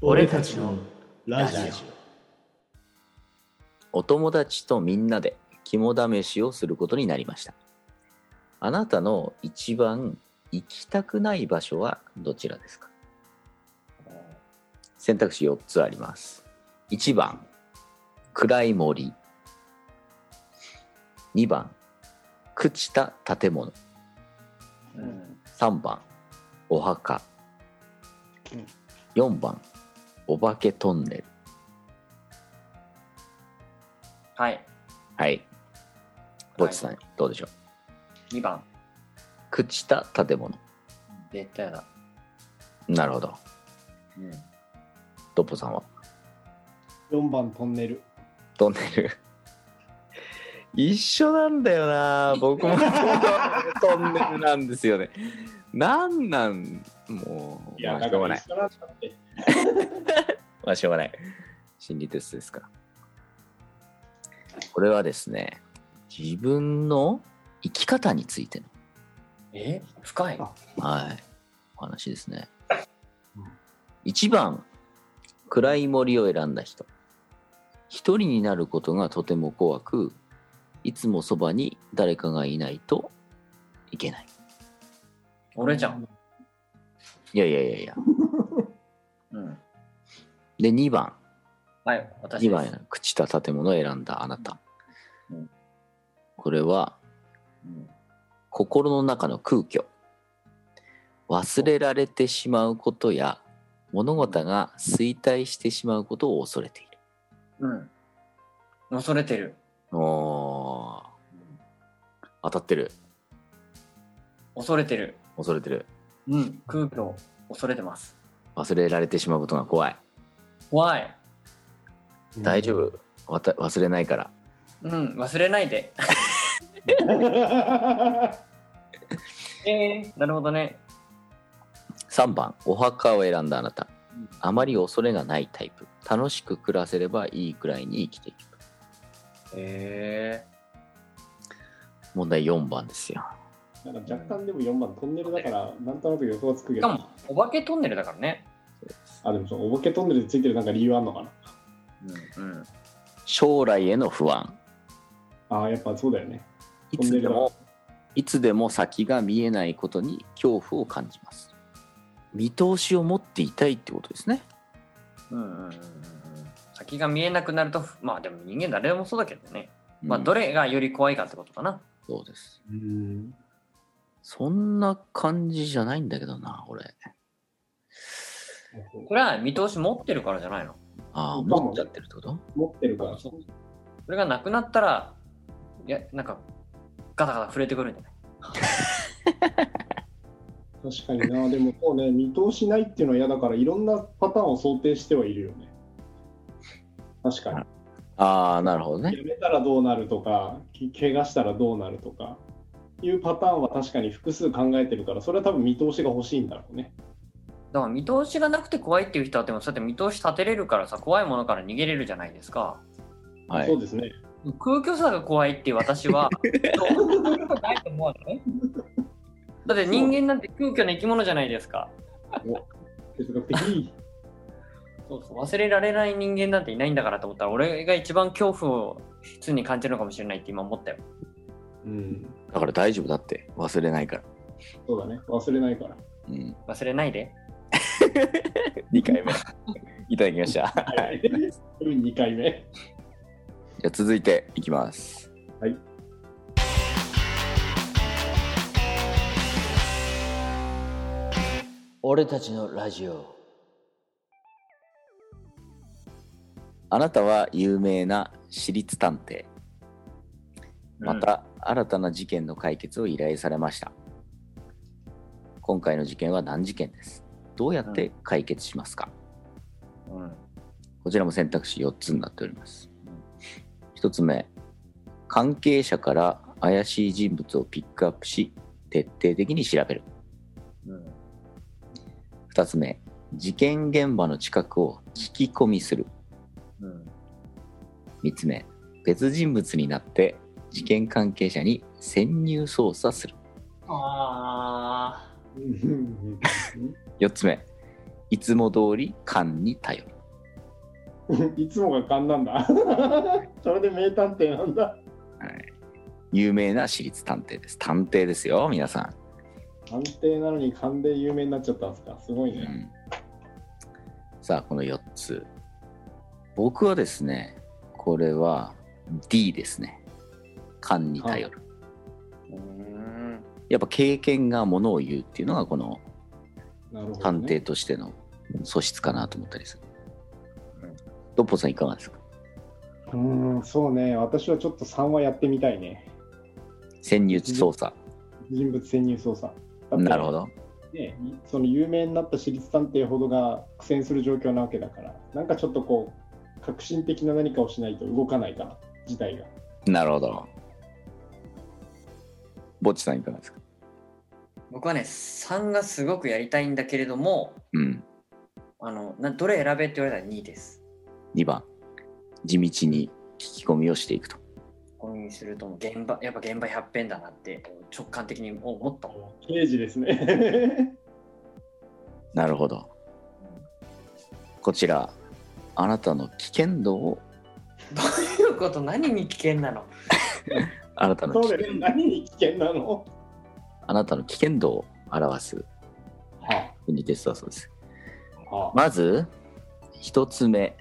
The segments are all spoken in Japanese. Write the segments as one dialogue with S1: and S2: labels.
S1: 俺たちのラジ
S2: お友達とみんなで肝試しをすることになりましたあなたの一番行きたくない場所はどちらですか選択肢4つあります1番暗い森2番朽ちた建物
S1: オ、うん、
S2: 3番お墓
S1: うん
S2: 4番お化けトンネル
S3: はい。
S2: はいぼっちさんどうでしょう
S3: 2番。
S2: 朽ちた建物
S3: 絶対だ。
S2: なるほど
S3: うん。
S2: ドッポさんは
S1: 4番トンネル
S2: トンネル一緒なんだよな僕 もトンネルなんですよねなんなんもうまあしょうがない
S1: 一緒なんだって
S2: まあしょうがない心理テストですからこれはですね自分の生き方についての
S3: え深い。
S2: はい。お話ですね。1番、暗い森を選んだ人。一人になることがとても怖く、いつもそばに誰かがいないといけない。
S3: 俺じゃん。
S2: いやいやいやいや。
S3: うん。
S2: で、2番、
S3: はい。私
S2: 2
S3: で
S2: 番
S3: す。、
S2: 朽ちた建物を選んだあなた
S3: うん。
S2: これは、
S3: うん
S2: 心の中の空虚忘れられてしまうことや物事が衰退してしまうことを恐れている
S3: うん。恐れてる。
S2: おー当たってる
S3: 恐れてる。
S2: 恐れてる
S3: うん。空虚を恐れてます。
S2: 忘れられてしまうことが怖い
S3: 怖い。
S2: 大丈夫わた忘れないから
S3: うん。忘れないで。えー、なるほどね。
S2: 3番お墓を選んだあなた
S3: うん
S2: あまり恐れがないタイプ楽しく暮らせればいいくらいに生きている
S3: え
S2: 問題4番ですよ
S1: なんか若干でも4番トンネルだから なんとなく予想はつく
S3: ー。
S1: け
S3: しか
S1: ど
S3: も、お化けトンネルだからね。
S1: あでもそのお化けトンネルについてるなんか理由あんのかな
S3: うん。うん。
S2: 将来への不安
S1: ああやっぱそうだよね
S2: いつでも、いつでも先が見えないことに恐怖を感じます。見通しを持っていたいってことですね。
S3: うんうんうんうんうん。先が見えなくなると、まあでも人間誰でもそうだけどね。まあど
S2: れ
S3: れがより怖いかってことかな。
S2: そうです。
S1: うん
S2: そんな感じじゃないんだけどな、俺。
S3: これは見通し持ってるからじゃないの。
S2: ああ、
S1: そうかも
S2: 思っちゃってるってこと
S1: 持ってるから
S3: そうそれがなくなったら、いや、なんか、ガタガタ触れてくるんじゃない
S1: 確かになでもこうね見通しないっていうのは嫌だからいろんなパターンを想定してはいるよね確かに
S2: ああ、なるほど ね。
S1: やめたらどうなるとか、き怪我したらどうなるとかいうパターンは確かに複数考えてるから、それは多分見通しが欲しいんだろうね。
S3: だから見通しがなくて怖いっていう人は、でもそうやって見通し立てれるからさ、怖いものから逃げれるじゃないですか。
S2: は
S1: そう
S2: い。
S1: ですね。
S3: 空虚さが怖いっていう 私は、どういうことないと思うのね。だって人間なんて空虚な生き物じゃないですか。
S1: 哲学的。
S3: そうそう忘れられない人間なんていないんだからと思ったら、俺が一番恐怖を常に感じるのかもしれないって今思ったよ。
S1: うん。
S2: だから大丈夫だって。忘れないから。
S1: そうだね。忘れないから。
S2: うん。
S3: 忘れないで。
S2: 2回目。いただき ました。
S1: はい。2回目。
S2: じゃあ続いていきます。
S1: はい。
S2: 俺たちのラジオ。あなたは有名な私立探偵。また、新たな事件の解決を依頼されました。今回の事件は難事件です。どうやって解決しますか、
S3: うん、うん。
S2: こちらも選択肢4つになっております
S3: うん。
S2: 1つ目、関係者から怪しい人物をピックアップし、徹底的に調べる。
S3: うん。
S2: 2つ目、事件現場の近くを聞き込みする。
S3: うん。
S2: 3つ目、別人物になって事件関係者に潜入捜査する。
S3: ああ。
S1: うん
S2: 4つ目、いつも通り勘に頼る。
S1: いつもが勘なんだ。 それで名探偵なんだ。
S2: 有名な私立探偵です。探偵ですよ、皆さん。
S1: 探偵なのに勘で有名になっちゃったんですか。すごいうね。
S2: んさあ、この4つ。僕はですね、これは D ですね。勘に頼る。
S3: うん。
S2: やっぱ経験がものを言うっていうのがこの
S1: なるほど、ね。
S2: 探偵としての素質かなと思ったりする。ドッポさんいかがですか
S1: うーん、そうね。私はちょっと3はやってみたいね。
S2: 潜入捜査。
S1: 人物潜入捜査。
S2: なるほど。
S1: ど。ね、その有名になった私立探偵ほどが苦戦する状況なわけだから、なんかちょっとこう、革新的な何かをしないと動かないかな、事態が。
S2: なるほど。ぼっちさんいかがですか
S3: 僕はね、3がすごくやりたいんだけれども、
S2: うん。
S3: あの、などれ選べって言われたら2です。
S2: 2番、地道に聞き込みをしていくと。
S3: こういうふうにするともう現場、やっぱ現場100遍だなって直感的に思ったもん。
S1: 刑事です ね。
S2: なるほど。こちら、あなたの危険度を、
S3: どういうこと何に危険なの
S2: あなたの危
S1: それ、何に危険なの
S2: あなたの危険度を表す
S1: は
S2: 心理テストだそうです。
S1: あ、はあ、
S2: まず、一つ目、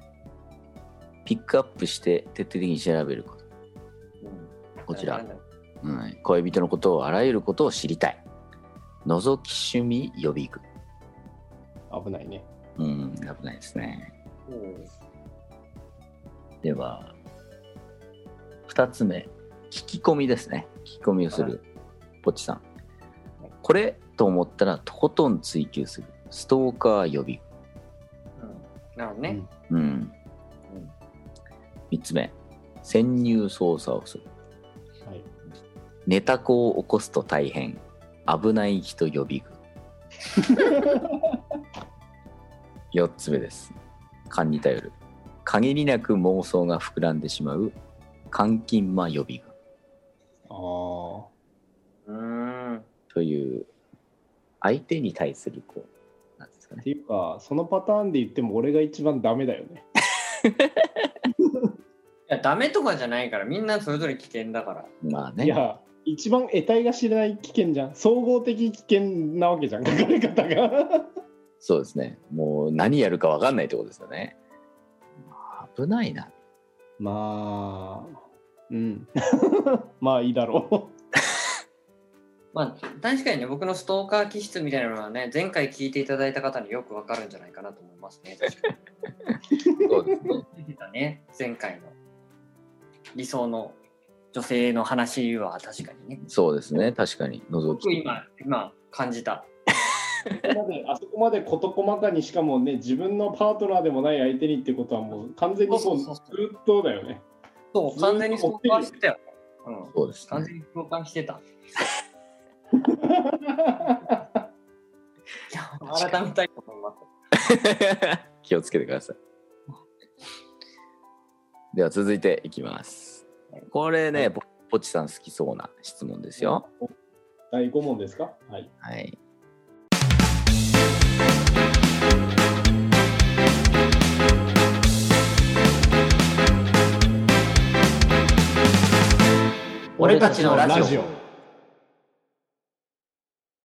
S2: ピックアップして徹底的に調べること。こちら
S3: なん、だろ
S2: うん、恋人のことをあらゆることを知りたい。覗き趣味予備軍。
S1: 危ないね。
S2: うん、危ないですね。
S3: う
S2: では、二つ目、聞き込みですね。聞き込みをす
S3: は
S2: る、ポチさん。これと思ったら、とことん追求する。ストーカー予備。
S3: うんなるほどね。
S2: うん
S3: うん。
S2: 三つ目、潜入捜査をする。
S1: はい。
S2: ネタ子を起こすと大変。危ない人予備軍。四つ目です。勘に頼る。限りなく妄想が膨らんでしまう。監禁魔予備軍。
S1: ああ。
S3: うーん。
S2: という相手に対するこうなんですか
S1: っ
S2: ね
S1: ていうか、そのパターンで言っても俺が一番ダメだよね。
S3: いや、ダメとかじゃないから、みんなそれぞれ危険だから。
S2: まあ
S1: い
S2: ね
S1: や、一番得体が知れない危険じゃん。総合的危険なわけじゃん、書かれ方が。
S2: そうですねもう何やるかわかんないってことですよね危ないな
S1: まあ、うん。 まあいいだろ
S3: まあ、確かにね、僕のストーカー気質みたいなのはね、前回聞いていただいた方によくわかるんじゃないかなと思いますね。確かに
S2: そうですね
S3: 言ってたね、前回の理想の女性の話は確かにね。
S2: そうですね確かに覗
S3: 僕
S2: き
S3: 今、今感じた。
S1: う。あそこまであそこまで事細かにしかもね、自分のパートナーでもない相手にってことはもう完全にこう、ず
S3: そうそうそう
S1: っとだよね。
S3: そう、完全にストーカーしてたよ。うん。
S2: そうです
S3: 完
S2: ね
S3: 全に共感して た。 いや、改めたいと思います。
S2: 気をつけてくださいでは続いていきますこれねぼぼっちさん好きそうな質問ですよ
S1: 第5問ですかはい。
S2: はい
S3: 俺たちのラジオ。
S1: オ